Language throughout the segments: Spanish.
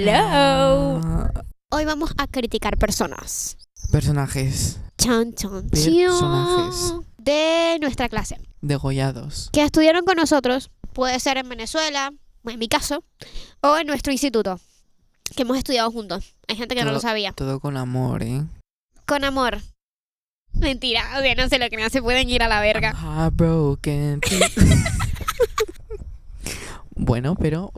Hello. Hola. Hoy vamos a criticar personas. Personajes Chan, chan, Personajes. chan. De nuestra clase. degollados. Que estudiaron con nosotros. Puede ser en Venezuela, o en mi caso, o en nuestro instituto. Que hemos estudiado juntos. Hay gente que no lo Todo- sabía. Todo con amor, ¿eh? Con amor. Mentira, o sea, no se lo crean, se pueden ir a la verga. Heartbroken. bueno, pero.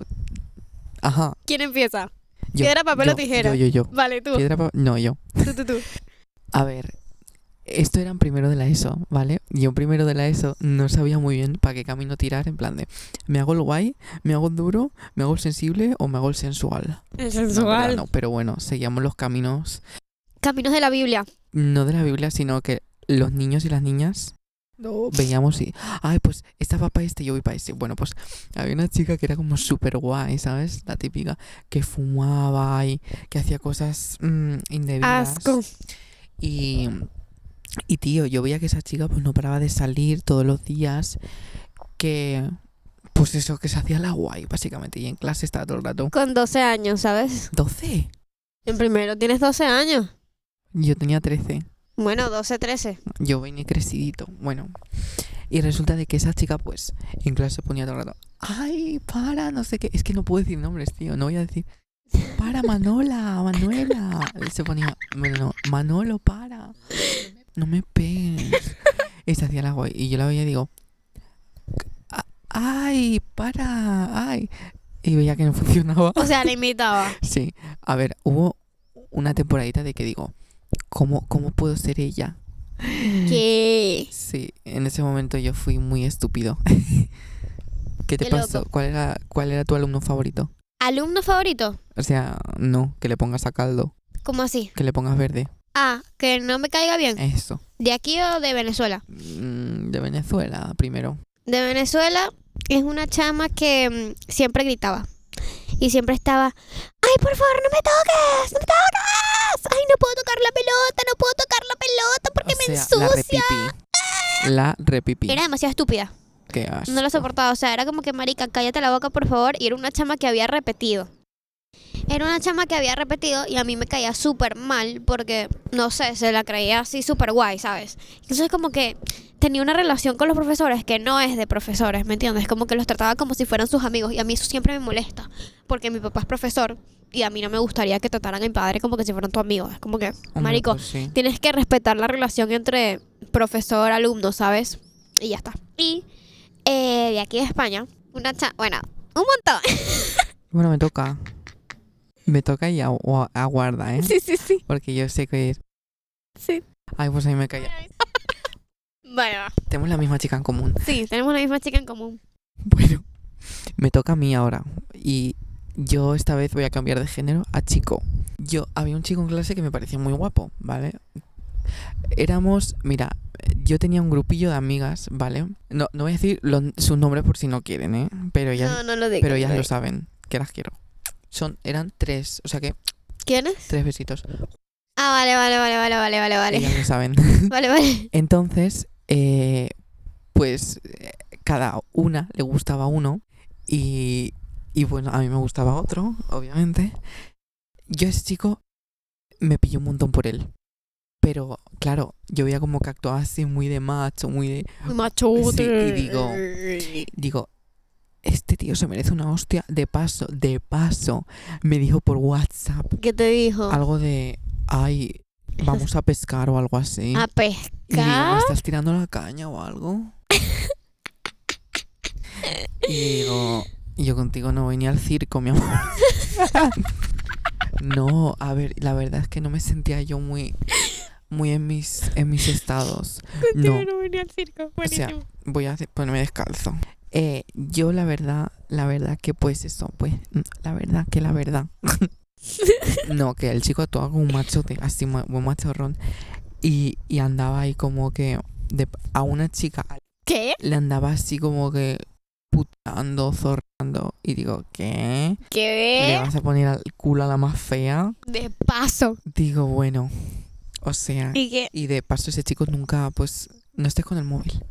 Ajá. ¿Quién empieza? Yo, Piedra, papel o yo, tijera. Yo, yo, yo. Vale, tú. Piedra, pa- No, yo. Tú, tú, tú. A ver. Esto eran primero de la ESO, ¿vale? Yo primero de la ESO no sabía muy bien para qué camino tirar, en plan de, ¿me hago el guay? ¿Me hago el duro? ¿Me hago el sensible? ¿O me hago el sensual? Es No, en verdad no, pero bueno, seguíamos los caminos Caminos de la Biblia. no de la Biblia, sino que los niños y las niñas veíamos y, ay, pues esta va para este, yo voy para este. Bueno, pues había una chica que era como súper guay, ¿sabes? La típica, que fumaba y que hacía cosas mm, indebidas. Asco. Y, y tío, yo veía que esa chica pues no paraba de salir todos los días, que... Pues eso, que se hacía la guay, básicamente. Y en clase estaba todo el rato. Con 12 años, ¿sabes? ¿12? En primero tienes 12 años. Yo tenía 13. Bueno, 12, 13. Yo vine crecidito, bueno. Y resulta de que esa chica, pues, en clase ponía todo el rato, ay, para, no sé qué. Es que no puedo decir nombres, tío, no voy a decir, para, Manola, Manuela. Se ponía, bueno, no, Manolo, para. No me pegues. Y se hacía la guay. Y yo la veía y digo, "A- ay, para, ay. Y veía que no funcionaba. O sea, le invitaba. Sí, a ver, hubo una temporadita de que digo, ¿cómo, cómo puedo ser ella? ¿Qué? Sí, en ese momento yo fui muy estúpido. ¿Qué te Qué loco. pasó? ¿Cuál era, ¿Cuál era tu alumno favorito? ¿Alumno favorito? O sea, no, que le pongas a caldo, ¿Cómo así? que le pongas verde. Ah, que no me caiga bien. Eso. ¿De aquí o de Venezuela? Mm, De Venezuela, primero. De Venezuela es una chama que mm, siempre gritaba. Y siempre estaba, ay, por favor, no me toques, no me toques. Ay, no puedo tocar la pelota, no puedo tocar la pelota porque o me sea, la ensucia. repipí. La repipí. Era demasiado estúpida. Qué asco. No lo soportaba. O sea, era como que, marica, cállate la boca, por favor. Y era una chama que había repetido. Era una chama que había repetido y a mí me caía súper mal porque, no sé, se la creía así súper guay, ¿sabes? Entonces como que tenía una relación con los profesores que no es de profesores, ¿me entiendes? Como que los trataba como si fueran sus amigos y a mí eso siempre me molesta porque mi papá es profesor y a mí no me gustaría que trataran a mi padre como que si fueran tu amigo. Es como que, Hombre, marico, pues sí. tienes que respetar la relación entre profesor, alumno, ¿sabes? Y ya está. Y eh, de aquí de España, una cha... Bueno, un montón. Bueno, me toca. Me toca y agu- aguarda, ¿eh? sí, sí, sí, Porque yo sé que... sí. Ay, pues ahí me caía. Bueno, Tenemos la misma chica en común. sí, tenemos la misma chica en común. Bueno, me toca a mí ahora. Y yo esta vez voy a cambiar de género a chico. Yo había un chico en clase que me parecía muy guapo, ¿vale? Éramos, mira, yo tenía un grupillo de amigas, ¿vale? No, no voy a decir los- sus nombres por si no quieren, ¿eh? Pero ellas, no, no lo digas. pero ellas no lo digas. saben, que las quiero. Son, eran tres, o sea que ¿Quién es? tres besitos. Ah, vale, vale, vale, vale, vale, vale, vale. Ellas lo saben. Vale, vale. Entonces, eh, pues eh, cada una le gustaba uno y, y bueno, a mí me gustaba otro, obviamente. Yo a ese chico me pillé un montón por él. Pero claro, yo veía como que actuaba así muy de macho, muy de... Machote. y digo- Digo, este tío se merece una hostia de paso, de paso. Me dijo por WhatsApp ¿Qué te dijo? algo de, ay, "Ah, vamos a pescar o algo así. A Y digo, pescar. ¿me estás tirando la caña o algo? Y digo, yo contigo no voy ni al circo, mi amor. No, a ver, la verdad es que no me sentía yo muy, muy en mis, en mis estados. No, venía al circo. sea, voy a hacer- ponerme descalzo. Eh, yo la verdad, la verdad que pues eso, pues, mm, la verdad que la verdad. No, que el chico actuaba como un machote, así mu- muy machorrón. Y, y andaba ahí como que de- a una chica ¿Qué? le andaba así como que puteando, zorrando. Y digo, ¿qué? ¿Le ¿Qué? vas a poner al culo a la más fea? De paso. Digo, bueno, o sea... Y que Y de paso ese chico nunca, pues, no estés con el móvil.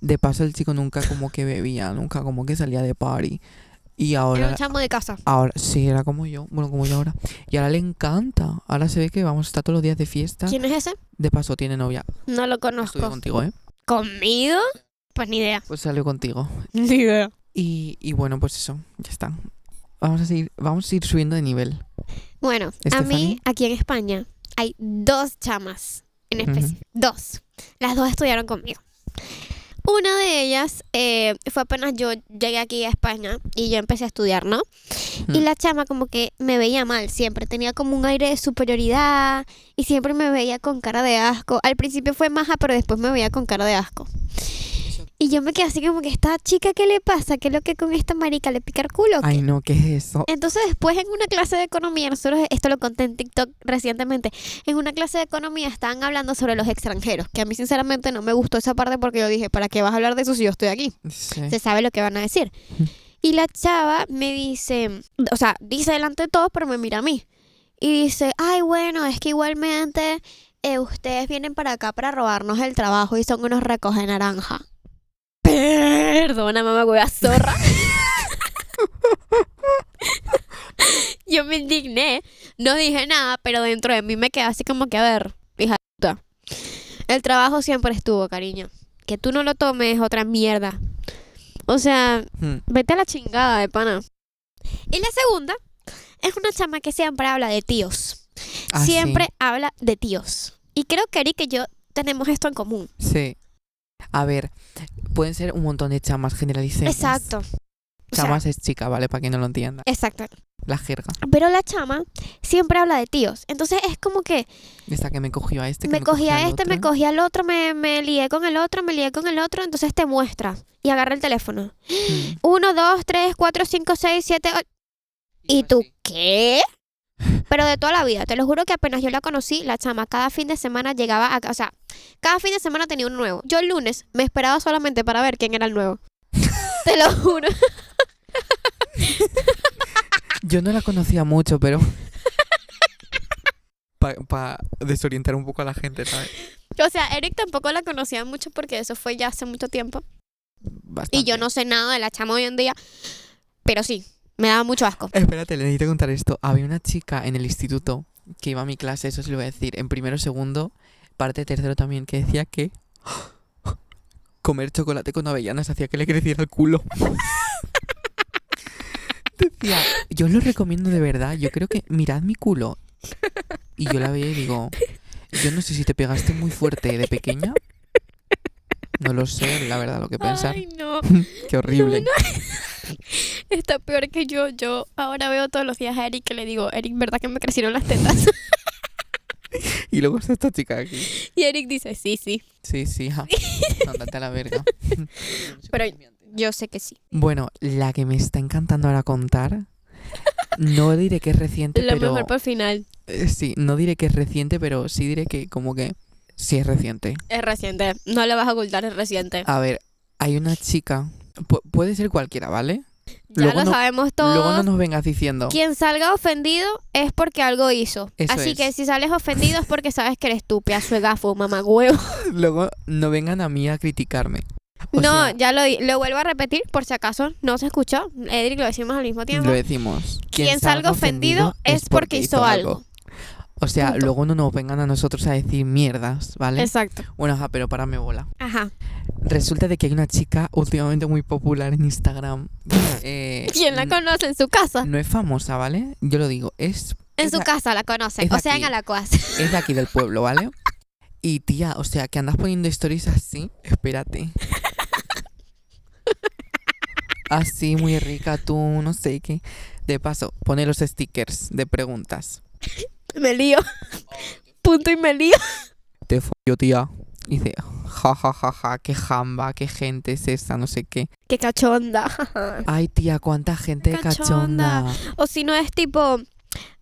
De paso el chico nunca como que bebía, nunca como que salía de party. Y Era ahora, un chamo de casa. ahora, sí, era como yo, bueno, como yo ahora. Y ahora le encanta. Ahora se ve que vamos a estar todos los días de fiesta. ¿Quién es ese? De paso, tiene novia. No lo Estuve conozco. contigo, ¿eh? ¿Conmigo? Pues ni idea. Pues salió contigo. Ni idea. Y, y bueno, pues eso, ya está. Vamos a seguir, vamos a ir subiendo de nivel. Bueno, a Stephanie. mí, aquí en España, hay dos chamas en Ujú. especie. Dos. Las dos estudiaron conmigo. Una de ellas eh, fue apenas yo llegué aquí a España y yo empecé a estudiar, ¿no? Y Mm. la chama como que me veía mal siempre, tenía como un aire de superioridad y siempre me veía con cara de asco. Al principio fue maja, pero después me veía con cara de asco. Y yo me quedé así como que esta chica, ¿qué le pasa? ¿Qué es lo que con esta marica le pica el culo? o qué?" Ay, no, ¿qué es eso? Entonces después en una clase de economía, nosotros esto lo conté en TikTok recientemente, en una clase de economía estaban hablando sobre los extranjeros, que a mí sinceramente no me gustó esa parte porque yo dije, ¿para qué vas a hablar de eso si yo estoy aquí? Sí. Se sabe lo que van a decir. Mm. Y la chava me dice, o sea, dice delante de todos, pero me mira a mí. Y dice, ay, bueno, es que igualmente eh, ustedes vienen para acá para robarnos el trabajo y son unos recos de naranja. Perdona, mamá, hueva zorra. Yo me indigné, no dije nada, pero dentro de mí me quedé así como que, a ver, hija de puta. El trabajo siempre estuvo, cariño. Que tú no lo tomes es otra mierda. O sea, Mm. Vete a la chingada de pana. Y la segunda es una chama que siempre habla de tíos. Ah, sí. siempre habla de tíos. Y creo que Ari que yo tenemos esto en común. Sí. A ver, pueden ser un montón de chamas, generalicemos. Exacto. O sea, Chamas es chica, ¿vale? Para quien no lo entienda. exacto. La jerga. Pero la chama siempre habla de tíos. Entonces es como que Esta que me cogió a este. que me cogía al a este, me otro. cogía al otro, me, me lié con el otro, me lié con el otro. Entonces te muestra y agarra el teléfono. Mm. Uno, dos, tres, cuatro, cinco, seis, siete, ocho. ¿Y tú qué? Pero de toda la vida, te lo juro que apenas yo la conocí, la chama cada fin de semana llegaba a... ca- O sea, cada fin de semana tenía un nuevo. Yo el lunes me esperaba solamente para ver quién era el nuevo. te lo juro. Yo no la conocía mucho, pero. Para desorientar un poco a la gente, ¿sabes? O sea, Eric tampoco la conocía mucho porque eso fue ya hace mucho tiempo. Bastante. Y yo no sé nada de la chama hoy en día. Pero sí, me daba mucho asco. Espérate, le necesito contar esto. Había una chica en el instituto que iba a mi clase, eso sí lo voy a decir, en primero, segundo, parte de tercero también, que decía que comer chocolate con avellanas hacía que le creciera el culo. decía, yo os lo recomiendo de verdad, yo creo que mirad mi culo. Y yo la veía y digo, yo no sé si te pegaste muy fuerte de pequeña. No lo sé, la verdad, lo que pensar. Ay, no. Qué horrible. Está peor que yo. Yo ahora veo todos los días a Eric que le digo, Eric, ¿verdad que me crecieron las tetas? Y luego está esta chica aquí. y Eric dice, sí, sí. Sí, sí, ja. Mándate a la verga. Pero yo sé que sí. Bueno, la que me está encantando ahora contar. No diré que es reciente, Lo pero. mejor por final. eh, Sí, no diré que es reciente, pero sí diré que, como que. Sí es reciente. Es reciente. No le vas a ocultar, es reciente. A ver, hay una chica. pu- puede ser cualquiera, ¿vale? ya luego lo no- sabemos todos. Luego no nos vengas diciendo. Quien salga ofendido es porque algo hizo. Eso Así es. que si sales ofendido es porque sabes que eres tú, pedazo de gafo, mamá huevo. Luego no vengan a mí a criticarme. O No, sea, ya lo, di- lo vuelvo a repetir por si acaso no se escuchó. Edric lo decimos al mismo tiempo. lo decimos. Quien, salga ofendido es porque hizo algo. O sea, Punto. luego no nos vengan a nosotros a decir mierdas, ¿vale? Exacto. Bueno, ja, pero para me bola. Ajá. Resulta de que hay una chica últimamente muy popular en Instagram. Eh, ¿Quién la n- conoce en su casa? No es famosa, ¿vale? Yo lo digo, es, En es su la- casa la conocen. es O sea, aquí. en Alacuas. es de aquí del pueblo, ¿vale? Y tía, o sea, que andas poniendo stories así, espérate. Así, muy rica, tú, no sé qué. De paso, pone los stickers de preguntas. me lío. Punto y me lío. Te yo, tía. Y dice, ja, ja, ja, ja, qué jamba, qué gente es esa, no sé qué. Qué cachonda. Ay, tía, cuánta gente Cachonda. cachonda. O si no es tipo,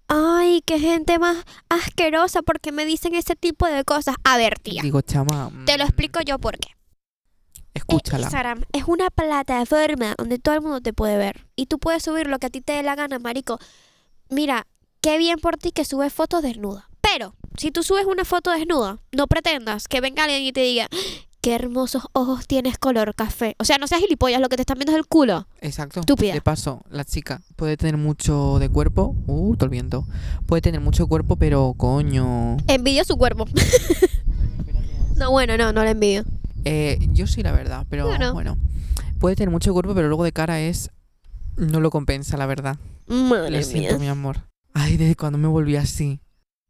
ay, qué gente más asquerosa, ¿por qué me dicen ese tipo de cosas? A ver, tía, Digo, chama. te lo mm, explico yo por qué. Eh, Escúchala. Instagram es una plataforma donde todo el mundo te puede ver. Y tú puedes subir lo que a ti te dé la gana, marico. Mira, qué bien por ti que subes fotos desnuda. Pero, si tú subes una foto desnuda, no pretendas que venga alguien y te diga, qué hermosos ojos tienes color café. O sea, no seas gilipollas, lo que te están viendo es el culo. Exacto. Estúpida. De paso, la chica puede tener mucho de cuerpo. Uh, todo el viento. Puede tener mucho cuerpo, pero coño. Envidio su cuerpo. no, bueno, no, no la envidio. Eh, yo sí, la verdad, pero Bueno. bueno. Puede tener mucho cuerpo, pero luego de cara es. No lo compensa, la verdad. Madre Lo siento, mía. mi amor. Ay, desde cuando me volví así.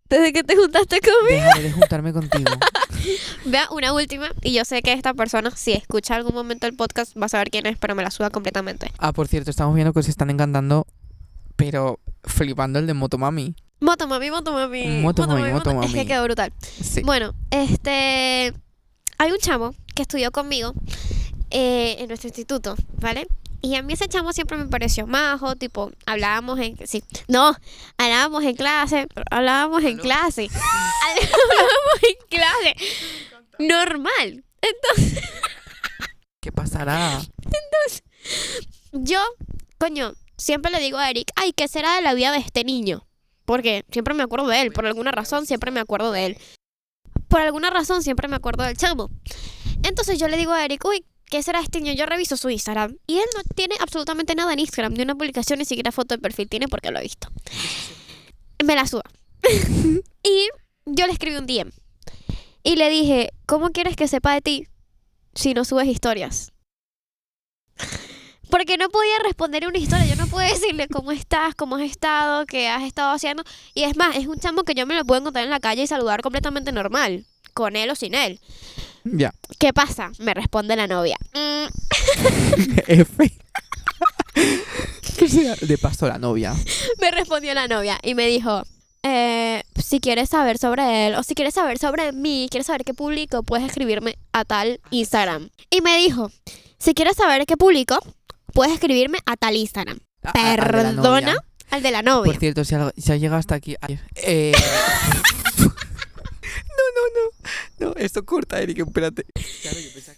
Desde que te juntaste conmigo. Dejaré de juntarme contigo. Vea, una última. Y yo sé que esta persona, si escucha algún momento el podcast, va a saber quién es, pero me la suda completamente. Ah, por cierto, estamos viendo que se están encantando, pero flipando el de Motomami. Motomami, motomami. Motomami, moto- Es que motomami. quedó brutal. Sí. Bueno, este. Hay un chamo que estudió conmigo eh, en nuestro instituto, ¿vale? Y a mí ese chamo siempre me pareció majo, tipo, hablábamos en. Sí, no, hablábamos en clase, hablábamos en clase, hablábamos en clase, normal. Entonces, ¿Qué pasará? yo, coño, siempre le digo a Eric, ay, ¿qué será de la vida de este niño? Porque siempre me acuerdo de él, por alguna razón siempre me acuerdo de él. Por alguna razón siempre me acuerdo del chamo. Entonces yo le digo a Eric, uy, ¿qué será este niño? Yo reviso su Instagram y él no tiene absolutamente nada en Instagram, ni una publicación, ni siquiera foto de perfil tiene porque lo he visto. Me la suba. y yo le escribí un DM y le dije, ¿cómo quieres que sepa de ti si no subes historias? Porque no podía responder una historia, yo no puedo decirle cómo estás, cómo has estado, qué has estado haciendo. Y es más, es un chamo que yo me lo puedo encontrar en la calle y saludar completamente normal, con él o sin él. Ya. ¿Qué pasa? Me responde la novia. Mm, F. Que sea de paso la novia. me respondió la novia y me dijo, eh, si quieres saber sobre él o si quieres saber sobre mí, quieres saber qué publico, puedes escribirme a tal Instagram. Y me dijo, si quieres saber qué publico, puedes escribirme a tal Instagram. A- a- a de la novia. Perdona al de la novia. Por cierto, si, algo- si ha llegado hasta aquí. ay, eh, no, no, no. No, esto corta, Eric, espérate.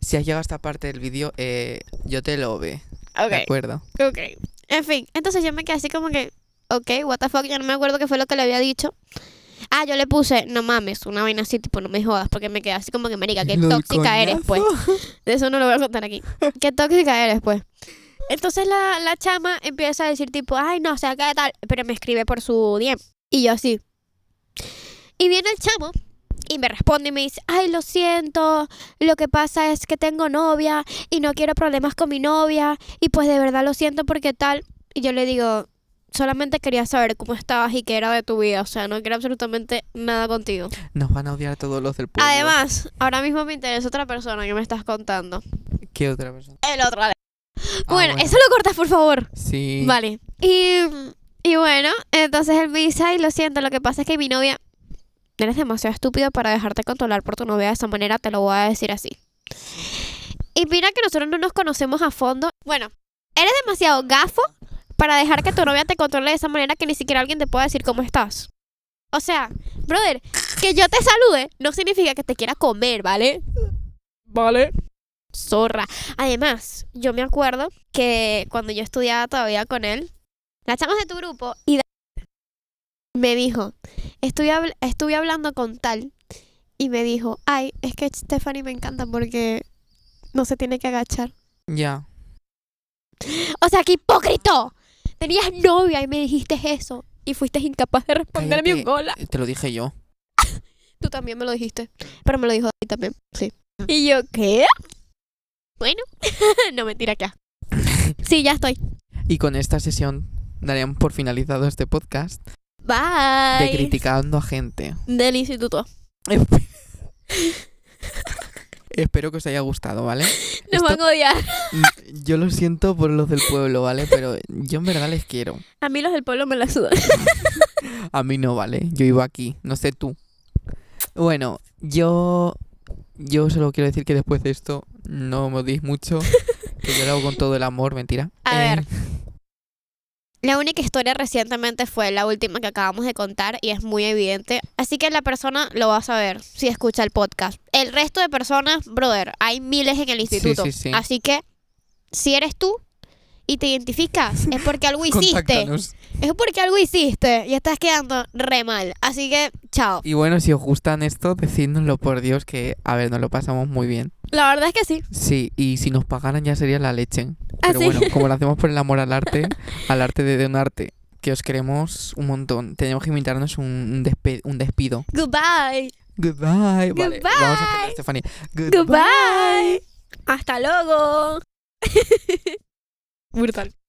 Si has llegado a esta parte del vídeo, eh, yo te lo ve. De Ok, acuerdo. ok. En fin, entonces yo me quedé así como que, ok, what the fuck, ya no me acuerdo qué fue lo que le había dicho. Ah, yo le puse, no mames, una vaina así, tipo, no me jodas, porque me quedé así como que, marica, qué Lo del tóxica eres, pues. coñazo. De eso no lo voy a contar aquí. Qué tóxica eres, pues. Entonces la, la chama empieza a decir tipo, ay, no, o sea, qué tal. Pero me escribe por su DM. Y yo así. Y viene el chamo y me responde y me dice, ay, lo siento, lo que pasa es que tengo novia y no quiero problemas con mi novia. Y pues de verdad lo siento porque tal. Y yo le digo, solamente quería saber cómo estabas y qué era de tu vida. O sea, no quiero absolutamente nada contigo. Nos van a odiar todos los del pueblo. Además, ahora mismo me interesa otra persona que me estás contando. ¿Qué otra persona? El otro Ale. Ah, bueno, eso lo cortas, por favor. Sí. Vale. Y, y bueno, entonces él me dice, ay, lo siento, lo que pasa es que mi novia... Eres demasiado estúpido para dejarte controlar por tu novia de esa manera, te lo voy a decir así. Y mira que nosotros no nos conocemos a fondo. Bueno, eres demasiado gafo para dejar que tu novia te controle de esa manera que ni siquiera alguien te pueda decir cómo estás. O sea, brother, que yo te salude no significa que te quiera comer, ¿vale? Vale. Zorra. Además, yo me acuerdo que cuando yo estudiaba todavía con él, la chama de tu grupo y da- me dijo, estuve, habl- estuve hablando con tal y me dijo, ay, es que Stephanie me encanta porque no se tiene que agachar. Ya. O sea, qué hipócrito. Tenías novia y me dijiste eso y fuiste incapaz de responderme un Cállate. hola. Te lo dije yo. Tú también me lo dijiste, pero me lo dijo a ti también, sí. Y yo, ¿qué? Bueno, no mentira, que asco. Sí, ya estoy. Y con esta sesión darían por finalizado este podcast Bye. de criticando a gente. Del instituto. Espero que os haya gustado, ¿vale? Nos Esto- van a odiar. Yo lo siento por los del pueblo, ¿vale? Pero yo en verdad les quiero. A mí los del pueblo me la sudan. A mí no, ¿vale? Yo iba aquí, no sé tú. Bueno, yo... Yo solo quiero decir que después de esto no me odiéis mucho, que yo lo hago con todo el amor, mentira. A Eh, ver. La única historia recientemente fue la última que acabamos de contar y es muy evidente. Así que la persona lo va a saber si escucha el podcast. El resto de personas, brother, hay miles en el instituto. sí, sí. Así que si eres tú y te identificas, es porque algo hiciste. Contáctanos. Es porque algo hiciste y estás quedando re mal. Así que, chao. Y bueno, si os gustan esto, decídnoslo por Dios, que a ver, nos lo pasamos muy bien. La verdad es que sí. Sí, y si nos pagaran ya sería la leche. Ah, Pero sí. bueno, como lo hacemos por el amor al arte, al arte de donarte, que os queremos un montón. Tenemos que invitarnos un, un despe- un despido. Goodbye. Goodbye. Vale, vamos a hacer Goodbye. Stephanie. Goodbye. Hasta luego. Brutal.